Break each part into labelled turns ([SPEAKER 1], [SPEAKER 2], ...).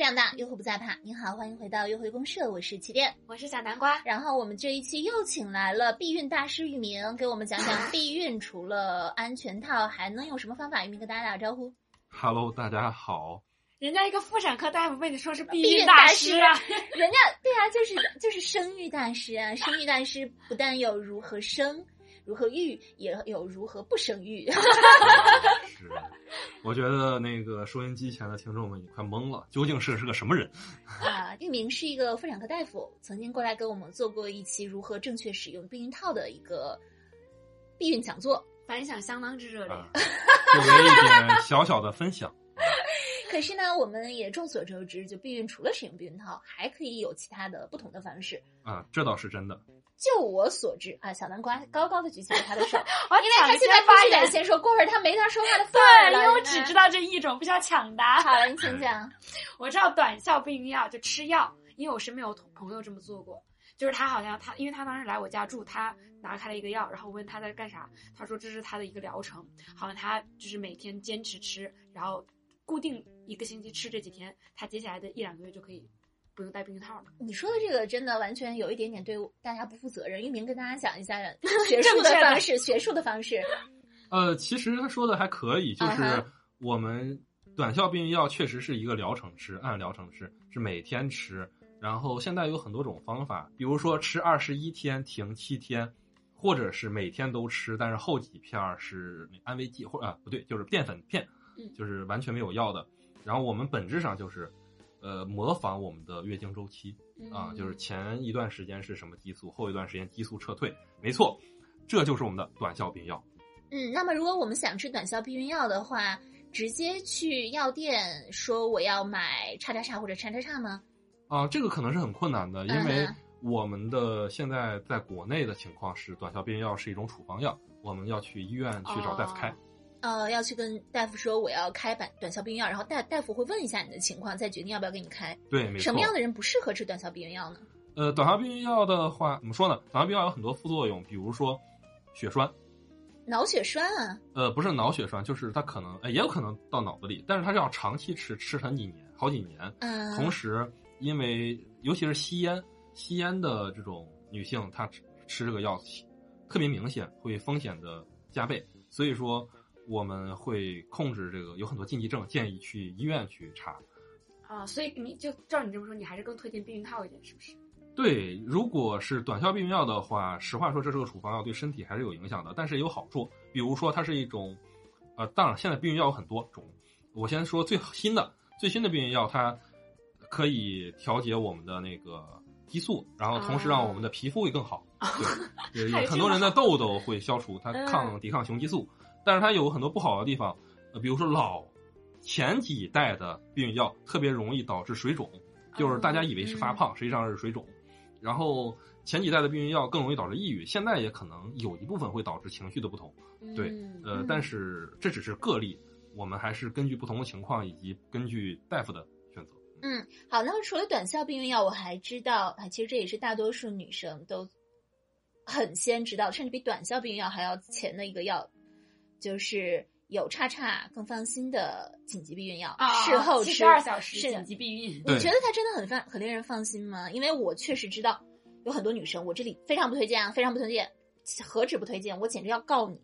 [SPEAKER 1] 长大，约会不再怕。您好，欢迎回到约会公社，我是起点。
[SPEAKER 2] 我是小南瓜，
[SPEAKER 1] 然后我们这一期又请来了避孕大师玉明，给我们讲讲避孕除了安全套还能有什么方法。玉明跟大家打个招呼。
[SPEAKER 3] Hello，大家好。
[SPEAKER 2] 人家一个妇产科大夫被你说是避
[SPEAKER 1] 避孕
[SPEAKER 2] 孕
[SPEAKER 1] 大
[SPEAKER 2] 师啊，
[SPEAKER 1] 人家对啊，就是就是生育大师啊，生育大师不但有如何生。如何育也有如何不生育，
[SPEAKER 3] 是，我觉得那个收音机前的听众们也快懵了，究竟是是个什么人？
[SPEAKER 1] 啊，玉明是一个妇产科大夫，曾经过来给我们做过一期如何正确使用避孕套的一个避孕讲座。
[SPEAKER 2] 反响相当之热烈。
[SPEAKER 3] 啊，作为一点小小的分享，
[SPEAKER 1] 可是呢，我们也众所周知，就避孕除了使用避孕套，还可以有其他的不同的方式。
[SPEAKER 3] 啊，这倒是真的。
[SPEAKER 1] 就我所知啊，小南瓜
[SPEAKER 2] 嗯
[SPEAKER 1] 高高的举起了他的 手，
[SPEAKER 2] 我
[SPEAKER 1] 因为他
[SPEAKER 2] 啊
[SPEAKER 1] 现
[SPEAKER 2] 抢先
[SPEAKER 1] 在必
[SPEAKER 2] 发
[SPEAKER 1] 须得
[SPEAKER 2] 言，
[SPEAKER 1] 先说，过会儿他没他说话的份儿
[SPEAKER 2] 对，
[SPEAKER 1] 了。
[SPEAKER 2] 因为我只知
[SPEAKER 1] 道。
[SPEAKER 2] 道这一种，不需要抢答。
[SPEAKER 1] 好了，你请讲。
[SPEAKER 2] 我知道短效避孕药就吃药，因为我身边有同朋友这么做过，就是他好像他，因为他当时来我家住，他拿开了一个药，然后我问他在干啥，他说这是他的一个疗程，好像他就是每天坚持吃，然后固定一个星期吃这几天，他接下来的一两个月就可以不用戴避孕套了。
[SPEAKER 1] 你说的这个真的完全有一点点对大家不负责任。玉明跟大家讲 一下学术
[SPEAKER 2] 正
[SPEAKER 1] 的
[SPEAKER 2] 确的
[SPEAKER 1] 方式，学术的方式。
[SPEAKER 3] 呃，其实他说的还可以，就
[SPEAKER 1] 啊
[SPEAKER 3] 是我们短效避孕药确实是一个疗程吃，按疗程吃，是每天吃。然后现在有很多种方法，比如说吃二十一天停七天，或者是每天都吃，但是后几片儿是安慰剂或啊不对，就是淀粉片
[SPEAKER 2] 嗯，
[SPEAKER 3] 就是完全没有药的。然后我们本质上就是，呃，模仿我们的月经周期。
[SPEAKER 2] 嗯
[SPEAKER 3] 啊，就是前一段时间是什么激素，后一段时间激素撤退，没错，这就是我们的短效避孕药。
[SPEAKER 1] 嗯，那么如果我们想吃短效避孕药的话，直接去药店说我要买叉叉叉或者叉叉叉吗？
[SPEAKER 3] 啊，这个可能是很困难的，因为
[SPEAKER 1] 嗯哼
[SPEAKER 3] 我们的现在在国内的情况是，短效避孕药是一种处方药，我们要去医院去找大夫开。
[SPEAKER 2] 哦
[SPEAKER 1] 呃，要去跟大夫说我要开短短效避孕药，然后大大夫会问一下你的情况，再决定要不要给你开。
[SPEAKER 3] 对，没错。
[SPEAKER 1] 什么样的人不适合吃短效避孕药呢？
[SPEAKER 3] 呃，短效避孕药的话，怎么说呢？短效避孕药有很多副作用，比如说血栓，
[SPEAKER 1] 脑血栓啊，
[SPEAKER 3] 呃，不是脑血栓，就是它可能、呃也有可能到脑子里，但是它是要长期吃，吃很几年，好几年。
[SPEAKER 1] 嗯，
[SPEAKER 3] 同时，因为尤其是吸烟，吸烟的这种女性，她吃吃这个药特别明显，会风险的加倍。所以说，我们会控制这个，有很多禁忌症，建议去医院去查。
[SPEAKER 2] 啊，所以你就照你这么说，你还是更推荐避孕套一点，是不是？
[SPEAKER 3] 对，如果是短效避孕药的话，实话说，这是个处方药，对身体还是有影响的，但是也有好处。比如说，它是一种，呃，当然现在避孕药有很多种，我先说最新的，最新的避孕药它可以调节我们的那个激素，然后同时让我们的皮肤会更好。对，
[SPEAKER 2] 还有
[SPEAKER 3] 也有
[SPEAKER 2] 这
[SPEAKER 3] 很多
[SPEAKER 2] 个
[SPEAKER 3] 人的痘痘会消除，它
[SPEAKER 2] 嗯
[SPEAKER 3] 抗抵抗雄激素，但是它有很多不好的地方，呃，比如说老前几代的避孕药特别容易导致水肿。就是大家以为是
[SPEAKER 1] 嗯
[SPEAKER 3] 发胖，实际上是水肿。然后前几代的避孕药更容易导致抑郁，现在也可能有一部分会导致情绪的不同。对
[SPEAKER 2] 嗯
[SPEAKER 3] 呃
[SPEAKER 1] 嗯，
[SPEAKER 3] 但是这只是个例，我们还是根据不同的情况以及根据大夫的选择。
[SPEAKER 1] 嗯，好，那么除了短效避孕药，我还知道啊，其实这也是大多数女生都很先知道，甚至比短效避孕药还要前的一个药，就是有叉叉更放心的紧急避孕药，
[SPEAKER 2] 啊，
[SPEAKER 1] 嗯事后
[SPEAKER 2] 七
[SPEAKER 1] 吃
[SPEAKER 2] 十二小时
[SPEAKER 1] 是的
[SPEAKER 2] 紧急避孕。
[SPEAKER 1] 你
[SPEAKER 3] 对
[SPEAKER 1] 觉得它真的很放很令人放心吗？因为我确实知道有很多女生，我这里非常不推荐啊，非常不推荐，何止不推荐，我简直要告你，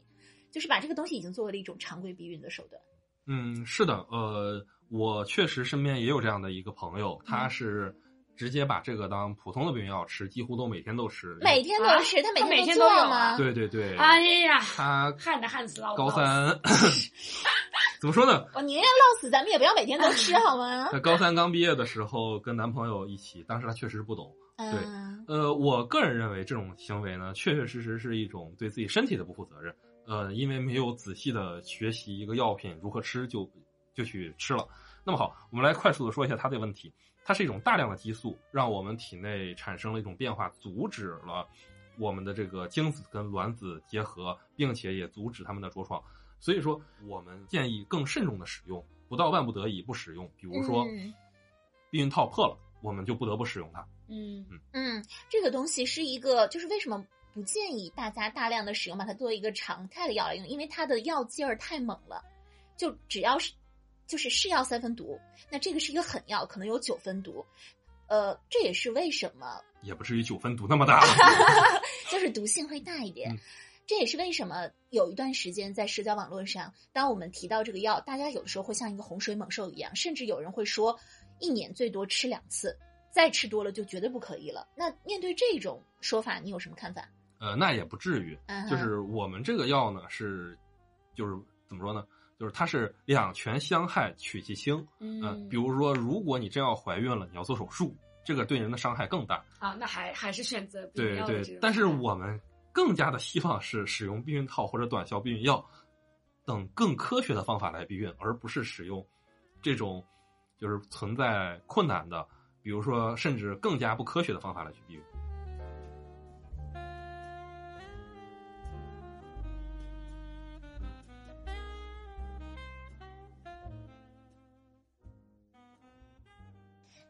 [SPEAKER 1] 就是把这个东西已经作为了一种常规避孕的手段。
[SPEAKER 3] 嗯，是的，呃，我确实身边也有这样的一个朋友，
[SPEAKER 1] 嗯
[SPEAKER 3] 他是直接把这个当普通的避孕药吃，几乎都每天都吃。
[SPEAKER 1] 每天都
[SPEAKER 2] 啊
[SPEAKER 1] 是，她每
[SPEAKER 2] 她每
[SPEAKER 1] 天
[SPEAKER 2] 天
[SPEAKER 1] 做
[SPEAKER 2] 都有
[SPEAKER 1] 吗？
[SPEAKER 2] 啊
[SPEAKER 3] 对对对，
[SPEAKER 2] 哎呀，
[SPEAKER 3] 他
[SPEAKER 2] 旱的旱死，涝的
[SPEAKER 3] 高
[SPEAKER 2] 涝死。
[SPEAKER 3] 三 怎么说呢？
[SPEAKER 1] 我宁愿落死，咱们也不要每天都 吃，好吗？哦
[SPEAKER 3] 她高三刚毕业的时候跟男朋友一起，当时她确实不懂。对
[SPEAKER 1] 嗯，
[SPEAKER 3] 呃，我个人认为这种行为呢，确确实实是一种对自己身体的不负责任。呃，因为没有仔细的学习一个药品如何吃就，就去吃了。那么好，我们来快速的说一下它的问题。它是一种大量的激素，让我们体内产生了一种变化，阻止了我们的这个精子跟卵子结合，并且也阻止它们的着床。所以说，我们建议更慎重的使用，不到万不得已不使用。比如说
[SPEAKER 1] 嗯，
[SPEAKER 3] 避孕套破了，我们就不得不使用它。
[SPEAKER 2] 嗯，
[SPEAKER 1] 嗯，这个东西是一个，就是为什么不建议大家大量的使用，把它作为一个常态的药来用，因为它的药劲儿太猛了，就只要是就是是药三分毒，那这个是一个狠药，可能有九分毒，呃，这也是为什么
[SPEAKER 3] 也不至于九分毒那么大。
[SPEAKER 1] 就是毒性会大一点。
[SPEAKER 3] 嗯
[SPEAKER 1] 这也是为什么有一段时间在社交网络上，当我们提到这个药，大家有的时候会像一个洪水猛兽一样，甚至有人会说，一年最多吃两次，再吃多了就绝对不可以了。那面对这种说法，你有什么看法？
[SPEAKER 3] 呃，那也不至于。
[SPEAKER 1] 嗯哼
[SPEAKER 3] 就是我们这个药呢是，就是怎么说呢？就是它是两全相害，取其轻。
[SPEAKER 2] 嗯
[SPEAKER 3] 呃比如说，如果你真要怀孕了，你要做手术，这个对人的伤害更大。
[SPEAKER 2] 啊，那还还是选择避孕
[SPEAKER 3] 对
[SPEAKER 2] 药的这嗯
[SPEAKER 3] 对
[SPEAKER 2] 种，
[SPEAKER 3] 但是我们更加的希望是使用避孕套或者短效避孕药等更科学的方法来避孕，而不是使用这种就是存在困难的，比如说甚至更加不科学的方法来去避孕。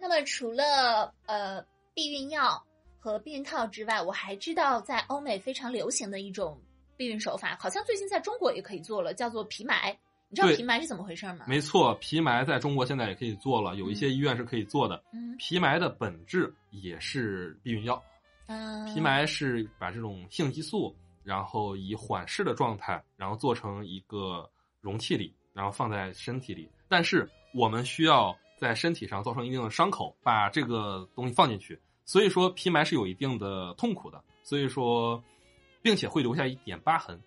[SPEAKER 1] 那么除了呃避孕药和避孕套之外，我还知道在欧美非常流行的一种避孕手法，好像最近在中国也可以做了，叫做皮埋。你知道
[SPEAKER 3] 对
[SPEAKER 1] 皮埋是怎么回事吗？
[SPEAKER 3] 没错，皮埋在中国现在也可以做了，有一些医院是可以做的。
[SPEAKER 1] 嗯
[SPEAKER 3] 皮埋的本质也是避孕药，
[SPEAKER 1] 嗯，
[SPEAKER 3] 皮埋是把这种性激素，然后以缓释的状态，然后做成一个容器里，然后放在身体里。但是我们需要在身体上造成一定的伤口，把这个东西放进去。所以说皮埋是有一定的痛苦的，所以说，并且会留下一点疤痕。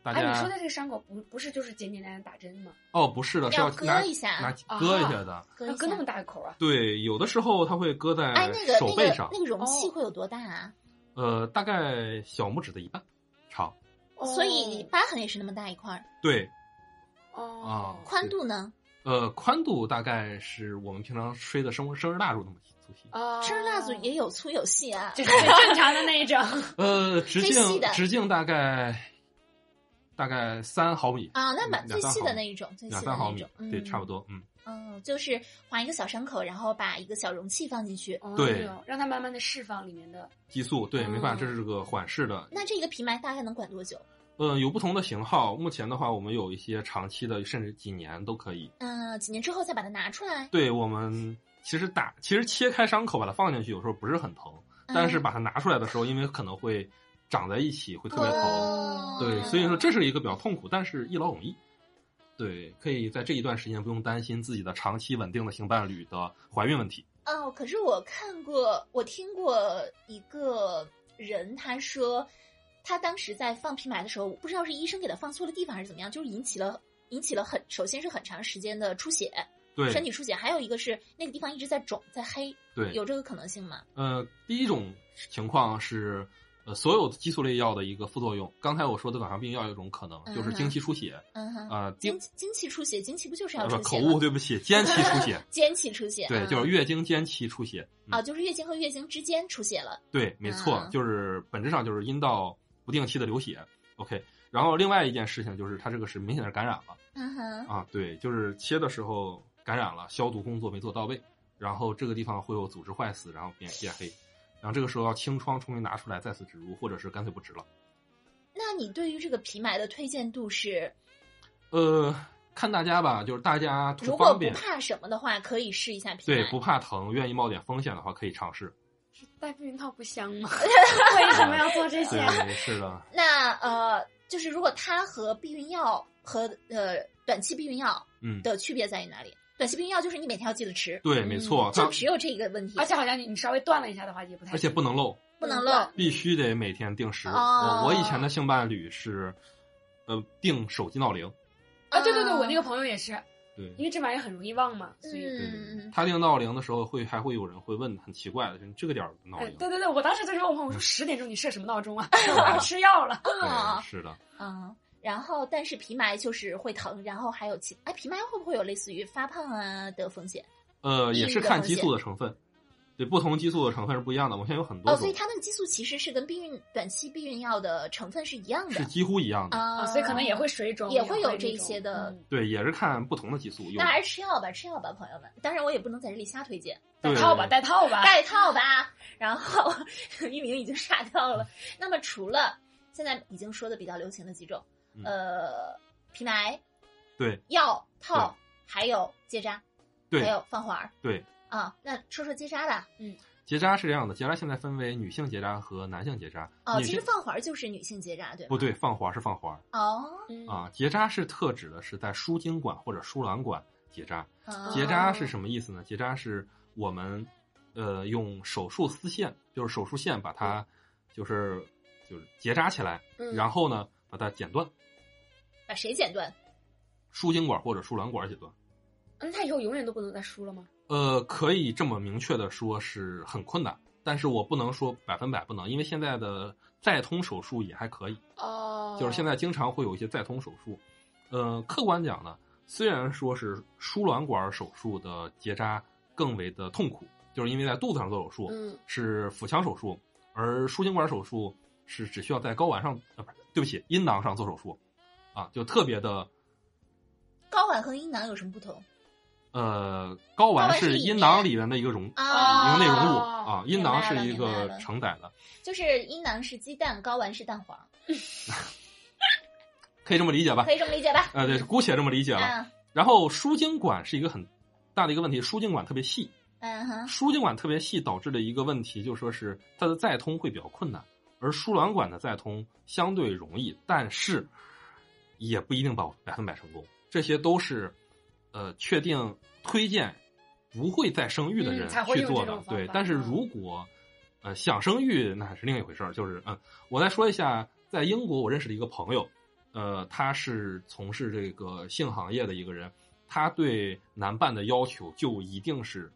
[SPEAKER 3] 大
[SPEAKER 2] 啊，
[SPEAKER 3] 家、
[SPEAKER 2] 你说的这个伤口不不是就是简简单单打针吗？
[SPEAKER 3] 哦，不是的，是
[SPEAKER 1] 要
[SPEAKER 3] 要拿
[SPEAKER 1] 割一下
[SPEAKER 3] 拿
[SPEAKER 2] 啊
[SPEAKER 3] 割一下的。
[SPEAKER 1] 割嗯一
[SPEAKER 2] 要
[SPEAKER 1] 下
[SPEAKER 2] 割那么大个口啊？
[SPEAKER 3] 对，有的时候它会搁在
[SPEAKER 1] 哎，那个
[SPEAKER 3] 手
[SPEAKER 1] 那
[SPEAKER 3] 背
[SPEAKER 1] 个
[SPEAKER 3] 上，
[SPEAKER 1] 那个容器
[SPEAKER 2] 哦
[SPEAKER 1] 会有多大啊？
[SPEAKER 3] 呃，大概小拇指的一半长。
[SPEAKER 1] 所以疤痕也是那么大一块儿，
[SPEAKER 3] 对，
[SPEAKER 2] 哦
[SPEAKER 3] 啊，
[SPEAKER 1] 宽度呢？
[SPEAKER 3] 呃，宽度大概是我们平常吹的生生日蜡烛那么粗细。
[SPEAKER 2] 哦
[SPEAKER 1] 生日蜡烛也有粗有细啊，
[SPEAKER 2] 就是最正常的那一种。
[SPEAKER 3] 呃，直
[SPEAKER 1] 最细
[SPEAKER 3] 径
[SPEAKER 1] 的
[SPEAKER 3] 直径大概大概三毫米
[SPEAKER 1] 啊，那蛮
[SPEAKER 3] 嗯
[SPEAKER 1] 最
[SPEAKER 3] 两三
[SPEAKER 1] 细的
[SPEAKER 3] 毫
[SPEAKER 1] 那
[SPEAKER 3] 米
[SPEAKER 1] 一种，最
[SPEAKER 3] 两
[SPEAKER 1] 细的
[SPEAKER 3] 三毫
[SPEAKER 1] 那一
[SPEAKER 3] 米
[SPEAKER 1] 种，，嗯
[SPEAKER 3] 对，差不。多，嗯，
[SPEAKER 1] 嗯，就是划一个小伤口，然后把一个小容器放进去。
[SPEAKER 2] 哦
[SPEAKER 3] 对，
[SPEAKER 2] 让它慢慢的释放里面的。
[SPEAKER 3] 激素对，没办法，这
[SPEAKER 1] 哦
[SPEAKER 2] 嗯
[SPEAKER 3] 是个缓释的。
[SPEAKER 1] 那这个皮埋大概能管多久？
[SPEAKER 3] 呃，有不同的型号，目前的话，我们有一些长期的，甚至几年都可以。
[SPEAKER 1] 嗯，几年之后再把它拿出来。
[SPEAKER 3] 对我们其实打，其实切开伤口把它放进去，有时候不是很疼，
[SPEAKER 1] 嗯
[SPEAKER 3] 但是把它拿出来的时候，因为可能会长在一起，会特别疼。
[SPEAKER 1] 哦
[SPEAKER 3] 对，所以说这是一个比较痛苦，但是一劳永逸。对，可以在这一段时间不用担心自己的长期稳定的性伴侣的怀孕问题。
[SPEAKER 1] 哦，可是我看过，我听过一个人他说，他当时在放皮埋的时候，我不知道是医生给他放错了地方还是怎么样，就是引起了引起了很首先是很长时间的出血，
[SPEAKER 3] 对，
[SPEAKER 1] 身体出血，还有一个是那个地方一直在肿在黑，
[SPEAKER 3] 对，
[SPEAKER 1] 有这个可能性吗？
[SPEAKER 3] 呃，第一种情况是，呃，所有激素类药的一个副作用。刚才我说的短效避孕药有一种可能就是经期出血，
[SPEAKER 1] 嗯哼，
[SPEAKER 3] 啊、呃，第
[SPEAKER 1] 经期经期出血，经期不就是要
[SPEAKER 3] 呃
[SPEAKER 1] 出
[SPEAKER 3] 不
[SPEAKER 1] 血
[SPEAKER 3] 口
[SPEAKER 1] 吗，
[SPEAKER 3] 误，对不起，间期出血
[SPEAKER 1] 间期出血，
[SPEAKER 3] 对，
[SPEAKER 1] 嗯
[SPEAKER 3] 就是月经间期出血。嗯
[SPEAKER 1] 啊，就是月经和月经之间出血了，
[SPEAKER 3] 对，没错，
[SPEAKER 1] 嗯
[SPEAKER 3] 就是本质上就是阴道不定期的流血。OK，然后另外一件事情就是它这个是明显的感染了
[SPEAKER 1] 嗯哼，
[SPEAKER 3] 啊，对，就是切的时候感染了，消毒工作没做到位，然后这个地方会有组织坏死，然后变变黑，然后这个时候要清创重新拿出来再次植入，或者是干脆不植了。
[SPEAKER 1] 那你对于这个皮埋的推荐度是，
[SPEAKER 3] 呃，看大家吧，就是大家图
[SPEAKER 1] 如果
[SPEAKER 3] 方
[SPEAKER 1] 不
[SPEAKER 3] 便，
[SPEAKER 1] 怕什么的话，可以试一下皮埋。
[SPEAKER 3] 对，不怕疼，愿意冒点风险的话可以尝 试。
[SPEAKER 2] 戴避孕套不香吗？为什么要做这些？
[SPEAKER 1] 啊
[SPEAKER 3] 对，是的。
[SPEAKER 1] 那呃，就是如果它和避孕药和呃短期避孕药
[SPEAKER 3] 嗯
[SPEAKER 1] 的区别在于哪里？短期避孕药就是你每天要记得吃，
[SPEAKER 3] 对，没错，它
[SPEAKER 1] 嗯就只有这个问题，
[SPEAKER 2] 而且好像你你稍微断了一下的话，也不太
[SPEAKER 3] 而且不能漏，
[SPEAKER 1] 不能漏。
[SPEAKER 3] 必须得每天定时。
[SPEAKER 1] 哦
[SPEAKER 3] 我我以前的性伴侣是，呃，定手机闹铃，
[SPEAKER 2] 啊！对对对，我那个朋友也是，
[SPEAKER 3] 对
[SPEAKER 2] 因为这玩意儿很容易忘嘛，所以。
[SPEAKER 3] 对
[SPEAKER 1] 嗯，
[SPEAKER 3] 他定闹铃的时候会还会有人会问很奇怪的，就是你这个点儿闹
[SPEAKER 2] 哎
[SPEAKER 3] 铃，，
[SPEAKER 2] 对对对，我当时就问我朋友，我说十点钟你设什么闹 钟啊？我要吃药了。
[SPEAKER 1] 啊
[SPEAKER 3] 对，哎是的，
[SPEAKER 1] 嗯，然后但是皮埋就是会疼，然后还有其哎皮埋会不会有类似于发胖啊的风险？
[SPEAKER 3] 呃，也是
[SPEAKER 1] 避孕的
[SPEAKER 3] 看
[SPEAKER 1] 风
[SPEAKER 3] 激
[SPEAKER 1] 险
[SPEAKER 3] 素的成分，对，不同激素的成分是不一样的。我现在有很多
[SPEAKER 1] 哦，所以
[SPEAKER 3] 种，
[SPEAKER 1] 它那个激素其实是跟避孕短期避孕药的成分是一样
[SPEAKER 3] 是
[SPEAKER 1] 的
[SPEAKER 3] 几乎一样的，
[SPEAKER 1] 啊
[SPEAKER 2] 啊，所以可能也会水肿，
[SPEAKER 1] 也会
[SPEAKER 2] 会
[SPEAKER 1] 有
[SPEAKER 2] 那
[SPEAKER 1] 这
[SPEAKER 2] 种
[SPEAKER 1] 些的
[SPEAKER 2] 嗯
[SPEAKER 3] 对，也是看不同的激素。有
[SPEAKER 1] 那还是吃药吧，吃药吧，朋友们。当然，我也不能在这里瞎推荐，
[SPEAKER 2] 戴
[SPEAKER 3] 对
[SPEAKER 2] 套吧，戴 套吧。
[SPEAKER 1] 戴套吧。然后 一鸣已经傻掉了。那么除了现在已经说的比较流行的几种，
[SPEAKER 3] 嗯
[SPEAKER 1] 呃，皮埋、
[SPEAKER 3] 对
[SPEAKER 1] 药套，还有结扎，
[SPEAKER 3] 对
[SPEAKER 1] 还有放环儿
[SPEAKER 3] 对，
[SPEAKER 1] 啊。那说说结扎吧，嗯，
[SPEAKER 3] 结扎是这样的，结扎现在分为女性结扎和男性结扎。
[SPEAKER 1] 哦，
[SPEAKER 3] 女
[SPEAKER 1] 其
[SPEAKER 3] 性
[SPEAKER 1] 实放环儿就是女性结扎，对吗？
[SPEAKER 3] 不对，放环是放环
[SPEAKER 1] 哦，
[SPEAKER 2] 嗯
[SPEAKER 3] 啊，结扎是特指的是在输精管或者输卵管结扎。
[SPEAKER 1] 啊
[SPEAKER 3] 结扎是什么意思呢？结扎是我们呃用手术丝线，就是手术线把它就是就是结扎起来，
[SPEAKER 1] 嗯
[SPEAKER 3] 然后呢把它剪断，
[SPEAKER 1] 把谁剪断？
[SPEAKER 3] 输精管或者输卵管剪断。
[SPEAKER 2] 那他以后永远都不能再输了吗？
[SPEAKER 3] 呃，可以这么明确的说是很困难，但是我不能说百分百不能，因为现在的再通手术也还可以，
[SPEAKER 2] 哦
[SPEAKER 3] 就是现在经常会有一些再通手术。呃，客观讲呢，虽然说是输卵管手术的结扎更为的痛苦，就是因为在肚子上做手术，
[SPEAKER 2] 嗯
[SPEAKER 3] 是腹腔手术，而输精管手术是只需要在睾丸上，呃，不是，对不起，阴囊上做手术，啊，就特别的，
[SPEAKER 1] 睾丸和阴囊有什么不同
[SPEAKER 3] 呃，睾
[SPEAKER 1] 睾
[SPEAKER 3] 丸
[SPEAKER 1] 丸是
[SPEAKER 3] 是
[SPEAKER 1] 里
[SPEAKER 3] 阴
[SPEAKER 1] 面
[SPEAKER 3] 囊里面的一个容，一
[SPEAKER 1] 啊？
[SPEAKER 3] 个内容物
[SPEAKER 2] 哦
[SPEAKER 3] 啊，阴
[SPEAKER 1] 明
[SPEAKER 3] 囊
[SPEAKER 1] 白
[SPEAKER 3] 是
[SPEAKER 1] 了
[SPEAKER 3] 一
[SPEAKER 1] 明白
[SPEAKER 3] 个
[SPEAKER 1] 了
[SPEAKER 3] 承载的，
[SPEAKER 1] 就是阴囊是鸡蛋，睾丸是蛋黄，
[SPEAKER 3] 可以这么理解吧
[SPEAKER 1] 可？以这么理解吧？
[SPEAKER 3] 呃，对，姑且这么理解了。
[SPEAKER 1] 嗯
[SPEAKER 3] 然后输精管是一个很大的一个问题，输精管特别细，
[SPEAKER 1] 嗯哼，
[SPEAKER 3] 输精管特别细导致的一个问题，就说是它的再通会比较困难，而输卵管的再通相对容易，但是也不一定百百分百成功。这些都是呃确定推荐不会再生育的
[SPEAKER 2] 嗯
[SPEAKER 3] 人
[SPEAKER 2] 才会
[SPEAKER 3] 去
[SPEAKER 2] 用
[SPEAKER 3] 做
[SPEAKER 2] 这
[SPEAKER 3] 的，
[SPEAKER 2] 种方
[SPEAKER 3] 对。
[SPEAKER 2] 法
[SPEAKER 3] 但是
[SPEAKER 2] 嗯
[SPEAKER 3] 如果呃想生育，那是另一回事儿。就是嗯，我再说一下，在英国我认识的一个朋友，呃，他是从事这个性行业的一个人，他对男伴的要求就一定是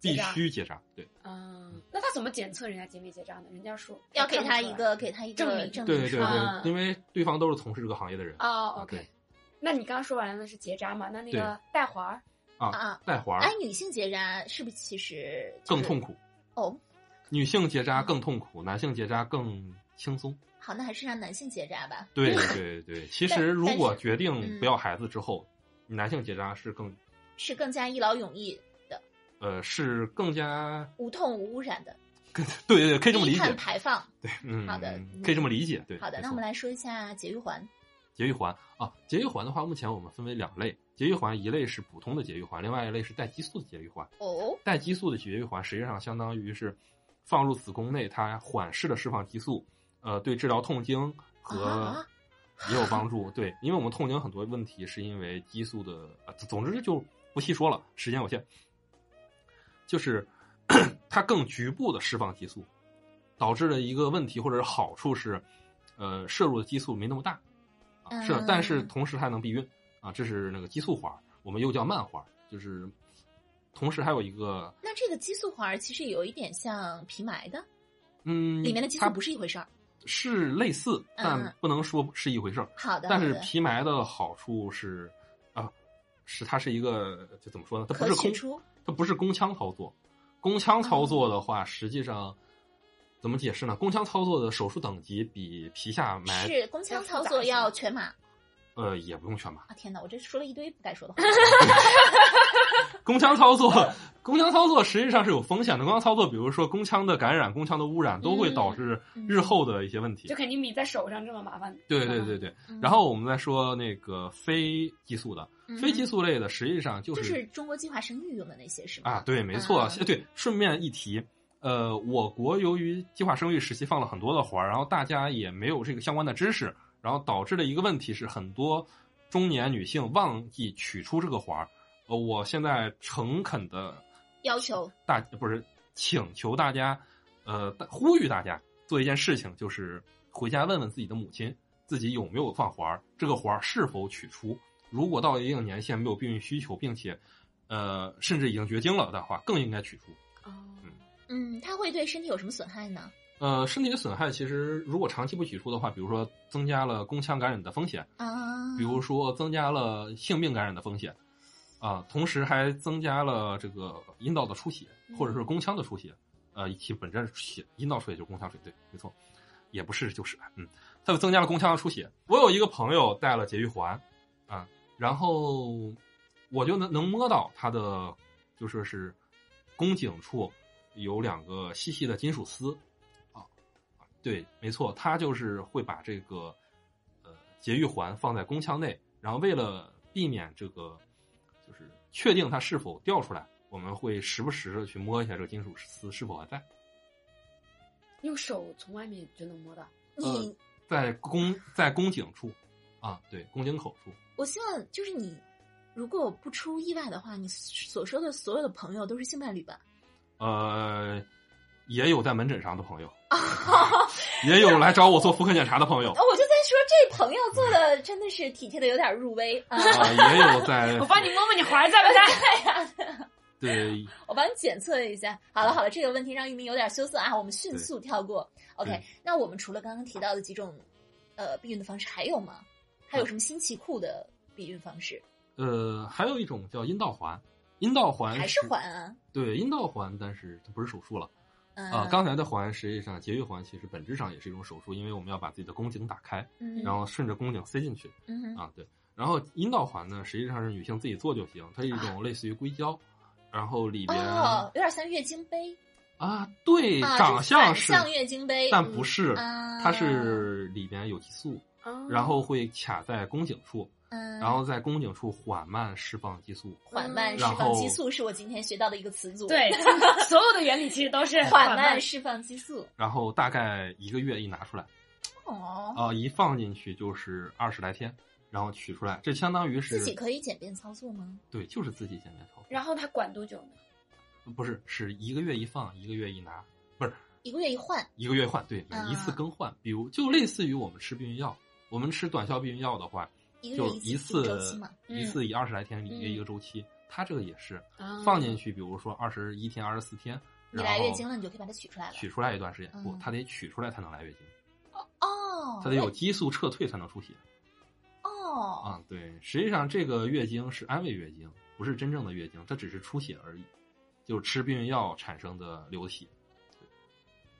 [SPEAKER 3] 必须结扎，对
[SPEAKER 2] 嗯，那他怎么检测人家结没结扎呢？人家说
[SPEAKER 1] 要给他
[SPEAKER 2] 看
[SPEAKER 1] 一
[SPEAKER 2] 不出来哦
[SPEAKER 1] 个给他一
[SPEAKER 2] 证
[SPEAKER 1] 个
[SPEAKER 2] 明
[SPEAKER 1] 证
[SPEAKER 3] 对
[SPEAKER 1] 明
[SPEAKER 3] 对对
[SPEAKER 1] 书
[SPEAKER 2] 啊
[SPEAKER 3] 对，因为对方都是从事这个行业的人
[SPEAKER 2] 哦
[SPEAKER 3] 啊对
[SPEAKER 2] ，OK。那你刚刚说完了是结扎嘛？那那个带环儿，
[SPEAKER 3] 啊
[SPEAKER 1] 啊，
[SPEAKER 3] 带环儿
[SPEAKER 1] 哎，女性结扎是不是其实
[SPEAKER 3] 更痛
[SPEAKER 1] 苦
[SPEAKER 3] 苦，
[SPEAKER 1] 哦？
[SPEAKER 3] 女性结扎更痛苦，男性结扎更轻松。
[SPEAKER 1] 好，那还是让男性结扎吧。
[SPEAKER 3] 对对对，其
[SPEAKER 1] 嗯但
[SPEAKER 3] 实如
[SPEAKER 1] 但
[SPEAKER 3] 果
[SPEAKER 1] 是
[SPEAKER 3] 决定
[SPEAKER 1] 嗯
[SPEAKER 3] 不要孩子之后，男性结扎是更
[SPEAKER 1] 是更加一劳永逸、
[SPEAKER 3] 呃是更加
[SPEAKER 1] 无痛无污染的，
[SPEAKER 3] 更对对对，可以这么
[SPEAKER 1] 低
[SPEAKER 3] 理
[SPEAKER 1] 碳
[SPEAKER 3] 解，
[SPEAKER 1] 排放。
[SPEAKER 3] 对，嗯，
[SPEAKER 1] 好的
[SPEAKER 3] 嗯可以这么理解，对。
[SPEAKER 1] 好的，
[SPEAKER 3] 没
[SPEAKER 1] 那
[SPEAKER 3] 错
[SPEAKER 1] 我们来说一下节育环。
[SPEAKER 3] 节育环啊，节育环的话，目前我们分为两类，节育环一类是普通的节育环，另外一类是带激素的节育环。
[SPEAKER 1] 哦，
[SPEAKER 3] 带激素的节育环实际上相当于是放入子宫内，它缓释的释放激素，呃，对治疗痛经和
[SPEAKER 1] 啊
[SPEAKER 3] 也有帮助。对，因为我们痛经很多问题是因为激素的，呃总之就不细说了，时间有限。就是 它更局部的释放激素，导致了一个问题或者是好处是，呃，摄入的激素没那么大，啊，是，但是
[SPEAKER 1] 嗯
[SPEAKER 3] 同时它还能避孕啊，这是那个激素环儿，我们又叫慢环儿，就是同时还有一个，
[SPEAKER 1] 那这个激素环儿其实有一点像皮埋的，
[SPEAKER 3] 嗯，
[SPEAKER 1] 里面的激素
[SPEAKER 3] 它
[SPEAKER 1] 不是一回事儿。
[SPEAKER 3] 是类似，
[SPEAKER 1] 嗯
[SPEAKER 3] 但
[SPEAKER 1] 嗯
[SPEAKER 3] 不能说是一回事儿。
[SPEAKER 1] 好的，
[SPEAKER 3] 但
[SPEAKER 1] 好
[SPEAKER 3] 是
[SPEAKER 1] 的
[SPEAKER 3] 皮埋的好处是，啊，是它是一个就怎么说呢？它不
[SPEAKER 1] 可
[SPEAKER 3] 是
[SPEAKER 1] 取
[SPEAKER 3] 空，
[SPEAKER 1] 出嗯
[SPEAKER 3] 它不是宫腔操作。宫腔操作的话，实际上怎么解释呢？宫腔操作的手术等级比皮下埋
[SPEAKER 1] 是宫腔操作
[SPEAKER 2] 要复杂一些
[SPEAKER 1] 要全麻
[SPEAKER 3] 呃也不用全麻，
[SPEAKER 1] 啊！天哪，我这说了一堆不该说 的话。
[SPEAKER 3] 宫腔操作， 宫腔操作实际上是有风险的。宫腔操作，比如说宫腔的感染、宫腔的污染，都会导致日后的一些问题。
[SPEAKER 2] 就肯定比在手上这么麻烦。
[SPEAKER 3] 对
[SPEAKER 2] 是吧
[SPEAKER 3] 对对，对。然后我们再说那个非激素的，非激
[SPEAKER 1] 嗯嗯
[SPEAKER 3] 素类的实际上就
[SPEAKER 1] 就是是中国计划生育用的那些是吗？
[SPEAKER 3] 啊，对，没错。
[SPEAKER 1] 嗯
[SPEAKER 3] 对，顺便一提，呃，我国由于计划生育时期放了很多的环儿，然后大家也没有这个相关的知识，然后导致的一个问题是，很多中年女性忘记取出这个环儿。呃，我现在诚恳的
[SPEAKER 1] 要求
[SPEAKER 3] 大不是请求大家，呃，大呼吁大家做一件事情，就是回家问问自己的母亲，自己有没有放环儿，这个环儿是否取出。如果到一定年限没有避孕需求，并且，呃，甚至已经绝经了的话，更应该取出。
[SPEAKER 2] 哦，
[SPEAKER 1] 嗯，它会对身体有什么损害呢？
[SPEAKER 3] 呃，身体的损害其实如果长期不取出的话，比如说增加了宫腔感染的风险，
[SPEAKER 1] 啊，
[SPEAKER 3] 比如说增加了性病感染的风险，啊，同时还增加了这个阴道的出血，或者是宫腔的出血，呃，其本身是血阴道出血就是宫腔水，对，没错，也不是就是，嗯，它就增加了宫腔的出血。我有一个朋友戴了节育环，啊，然后我就能能摸到他的就说是宫颈处有两个细细的金属丝，啊，对，没错，他就是会把这个呃节育环放在宫腔内，然后为了避免这个就是确定它是否掉出来，我们会时不时的去摸一下这个金属丝是否还在。
[SPEAKER 2] 用手从外面就能摸到。
[SPEAKER 1] 你
[SPEAKER 3] 在宫在宫颈处，啊，对，宫颈口处，
[SPEAKER 1] 我希望就是你，如果我不出意外的话，你所说的所有的朋友都是性伴侣吧？
[SPEAKER 3] 呃，也有在门诊上的 朋友，也有来找我做妇科检查的朋 友，
[SPEAKER 1] 哦，我就在说这朋友做的真的是体贴的有点入微 啊！哎
[SPEAKER 3] 啊、也有在
[SPEAKER 2] 我帮你摸摸你怀在不在？
[SPEAKER 3] 对
[SPEAKER 1] 我帮你检测一下。好了好了，这个问题让玉明有点羞涩啊，我们迅速跳过。OK，
[SPEAKER 3] 嗯
[SPEAKER 1] 那我们除了刚刚提到的几种呃避孕的方式，还有吗？还
[SPEAKER 3] 嗯
[SPEAKER 1] 有什么新奇酷的避孕方式？
[SPEAKER 3] 呃，还有一种叫阴道环，阴道环
[SPEAKER 1] 还是环啊？
[SPEAKER 3] 对阴道环，但是它不是手术了。
[SPEAKER 1] 嗯
[SPEAKER 3] 啊，刚才的环实际上节育环其实本质上也是一种手术，因为我们要把自己的宫颈打开，
[SPEAKER 1] 嗯
[SPEAKER 3] 然后顺着宫颈塞进去
[SPEAKER 1] 嗯哼
[SPEAKER 3] 啊，对。然后阴道环呢，实际上是女性自己做就行，它是一种类似于硅胶，然后里边
[SPEAKER 1] 哦，有点像月经杯
[SPEAKER 3] 啊，对，
[SPEAKER 1] 啊，
[SPEAKER 3] 长相
[SPEAKER 1] 就是
[SPEAKER 3] 是，
[SPEAKER 1] 反向月经杯，
[SPEAKER 3] 但不是，
[SPEAKER 1] 啊哦
[SPEAKER 3] 它是里边有激素，
[SPEAKER 2] 啊
[SPEAKER 3] 然后会卡在宫颈处，
[SPEAKER 1] 嗯，
[SPEAKER 3] 然后在宫颈处缓慢释放激素，
[SPEAKER 1] 缓慢释
[SPEAKER 3] 然
[SPEAKER 1] 放
[SPEAKER 3] 后
[SPEAKER 1] 激素是我今天学到的一个词组，，
[SPEAKER 2] 对， 所有的原理其实都是
[SPEAKER 1] 缓慢释放激素。
[SPEAKER 3] 然后大概一个月一拿出来，
[SPEAKER 1] 哦，
[SPEAKER 3] 啊、一放进去就是二十来天，然后取出来，这相当于是
[SPEAKER 1] 自己可以简便操作吗？
[SPEAKER 3] 对，就是自己简单操
[SPEAKER 2] 然后它管多久呢？
[SPEAKER 3] 作，不是是一个月一放，一个月一拿，不是
[SPEAKER 1] 一个月一换，
[SPEAKER 3] 一个月换，对，
[SPEAKER 1] 啊
[SPEAKER 3] 一次更换。比如就类似于我们吃避孕药，我们吃短效避孕药的话，
[SPEAKER 1] 一个
[SPEAKER 3] 就
[SPEAKER 1] 月
[SPEAKER 3] 一
[SPEAKER 1] 次一
[SPEAKER 3] 次
[SPEAKER 1] 周期嘛。
[SPEAKER 2] 嗯
[SPEAKER 3] 一次以二十来天，一个
[SPEAKER 2] 嗯
[SPEAKER 3] 一个周期。它这个也是
[SPEAKER 2] 啊
[SPEAKER 3] 放进去，比如说二十一天、二十四天，
[SPEAKER 1] 嗯你
[SPEAKER 3] 然
[SPEAKER 1] 来
[SPEAKER 3] 后
[SPEAKER 1] 月经了，你就可以把它取出来了。
[SPEAKER 3] 取出来一段时间，不
[SPEAKER 1] 嗯，
[SPEAKER 3] 它得取出来才能来月经，
[SPEAKER 1] 哦，
[SPEAKER 3] 它得有激素撤退才能出血
[SPEAKER 1] 哦，
[SPEAKER 3] 啊。对，实际上这个月经是安慰月经，不是真正的月经，它只是出血而已，就是吃避孕药产生的流血。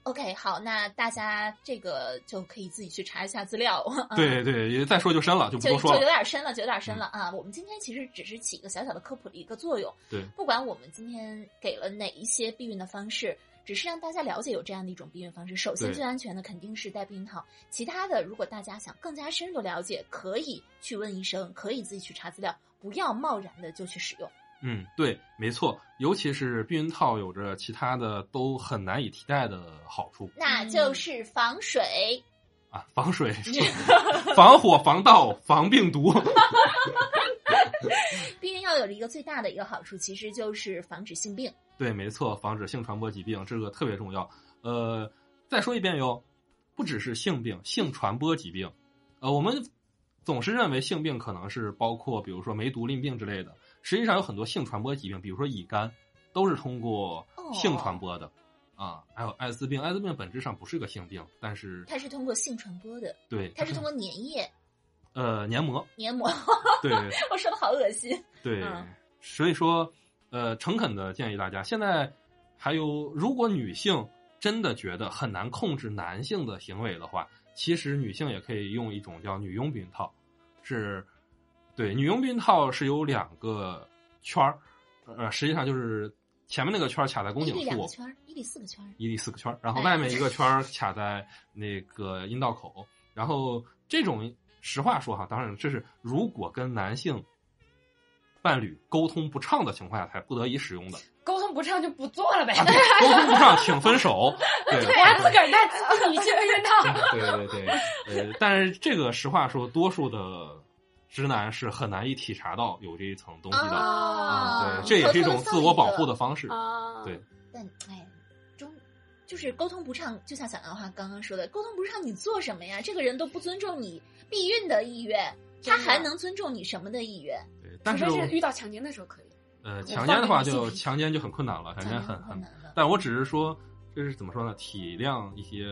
[SPEAKER 1] OK，好，那大家这个就可以自己去查一下资料。 啊，
[SPEAKER 3] 对对，也再说就深了，就不
[SPEAKER 1] 就
[SPEAKER 3] 多
[SPEAKER 1] 就
[SPEAKER 3] 说
[SPEAKER 1] 有
[SPEAKER 3] 了。嗯
[SPEAKER 1] 点深了，就有点深了啊！我们今天其实只是起一个小小的科普的一个作用。
[SPEAKER 3] 对，
[SPEAKER 1] 不管我们今天给了哪一些避孕的方式，只是让大家了解有这样的一种避孕方式。首先
[SPEAKER 3] 对
[SPEAKER 1] 最安全的肯定是戴避孕套，其他的如果大家想更加深入的了解，可以去问医生，可以自己去查资料，不要贸然的就去使用。
[SPEAKER 3] 嗯，对，没错，尤其是避孕套有着其他的都很难以替代的好处
[SPEAKER 1] 那
[SPEAKER 3] 嗯
[SPEAKER 1] 就是防水。
[SPEAKER 3] 啊，防水、防火、防盗、防病毒。
[SPEAKER 1] 避孕药有一个最大的一个好处，其实就是防止性病。
[SPEAKER 3] 对，没错，防止性传播疾病这个特别重要。呃，再说一遍哟，不只是性病，性传播疾病。呃，我们总是认为性病可能是包括比如说梅毒、淋病之类的，实际上有很多性传播疾病，比如说乙肝，都是通过
[SPEAKER 1] 哦
[SPEAKER 3] 性传播的。啊，还有艾滋病，艾滋病本质上不是个性病，但是
[SPEAKER 1] 它是通过性传播的，
[SPEAKER 3] 对，
[SPEAKER 1] 它是通过粘液
[SPEAKER 3] 呃黏膜，
[SPEAKER 1] 黏膜。
[SPEAKER 3] 对
[SPEAKER 1] 我说的好恶心。
[SPEAKER 3] 对
[SPEAKER 1] 嗯，
[SPEAKER 3] 所以说，呃，诚恳的建议大家，现在还有，如果女性真的觉得很难控制男性的行为的话，其实女性也可以用一种叫女佣避孕套，是，对，女佣避孕套是有两个圈儿，呃，实际上就是前面那个圈儿卡在宫
[SPEAKER 1] 一
[SPEAKER 3] 颈
[SPEAKER 1] 比两个
[SPEAKER 3] 处，
[SPEAKER 1] 圈儿，一比四个圈儿。
[SPEAKER 3] 一粒四个圈儿，然后
[SPEAKER 1] 哎
[SPEAKER 3] 外面一个圈儿卡在那个阴道口，然后这种实话说哈，当然这是如果跟男性伴侣沟通不畅的情况下才不得已使用的，
[SPEAKER 2] 沟通不畅就不做了呗。
[SPEAKER 3] 啊对沟通不畅请分手， 对
[SPEAKER 2] 对啊，自个儿带自己去避孕套。
[SPEAKER 3] 对对对，呃，但是这个实话说，多数的直男是很难以体察到有这一层东西的，嗯
[SPEAKER 1] 啊
[SPEAKER 3] 对，这也是一种自我保护。
[SPEAKER 1] 偷偷放
[SPEAKER 3] 的方式，
[SPEAKER 2] 啊
[SPEAKER 3] 对
[SPEAKER 1] 一个但哎，中就是沟通不畅，就像小杨花刚刚说的，沟通不畅，你做什么呀？这个人都不尊重你避孕的意愿，他
[SPEAKER 2] 真的
[SPEAKER 1] 还能尊重你什么的意愿？
[SPEAKER 3] 对，但
[SPEAKER 2] 除
[SPEAKER 3] 是
[SPEAKER 2] 非是遇到强奸的时候可以。
[SPEAKER 3] 呃，
[SPEAKER 2] 我
[SPEAKER 3] 强奸的话
[SPEAKER 2] 放给你
[SPEAKER 3] 就
[SPEAKER 2] 自己
[SPEAKER 3] 强奸就很困难了，强
[SPEAKER 1] 这
[SPEAKER 3] 奸
[SPEAKER 1] 样
[SPEAKER 3] 很
[SPEAKER 1] 困
[SPEAKER 3] 很
[SPEAKER 1] 难的。
[SPEAKER 3] 但我只是说，这是怎么说呢？体谅一些，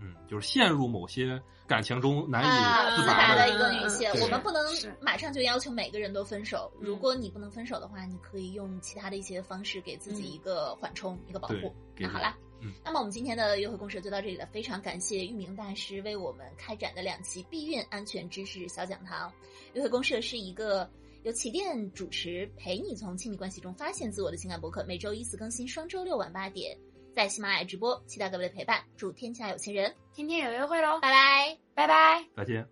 [SPEAKER 3] 嗯，就是陷入某些感情中难
[SPEAKER 1] 啊，
[SPEAKER 3] 以
[SPEAKER 1] 自
[SPEAKER 3] 自
[SPEAKER 1] 拔
[SPEAKER 3] 拔
[SPEAKER 1] 的
[SPEAKER 3] 的。
[SPEAKER 1] 一个女性，
[SPEAKER 3] 对
[SPEAKER 1] 我们不能
[SPEAKER 2] 是
[SPEAKER 1] 马上就要求每个人都分手。
[SPEAKER 2] 嗯
[SPEAKER 1] 如果你不能分手的话，你可以用其他的一些方式给自己
[SPEAKER 2] 嗯
[SPEAKER 1] 一个缓冲、一个保护
[SPEAKER 3] 对。给
[SPEAKER 1] 那
[SPEAKER 3] 自己
[SPEAKER 1] 好啦，
[SPEAKER 3] 嗯
[SPEAKER 1] 那么我们今天的约会公社就到这里了，非常感谢玉明大师为我们开展的两期避孕安全知识小讲堂。约会公社是一个。由起点主持，陪你从亲密关系中发现自我的情感博客，每周一次更新，双周六晚八点在喜马拉雅直播，期待各位的陪伴，祝天下有情人，
[SPEAKER 2] 天天有约会喽，
[SPEAKER 1] 拜拜。
[SPEAKER 2] 拜拜。
[SPEAKER 3] 再见。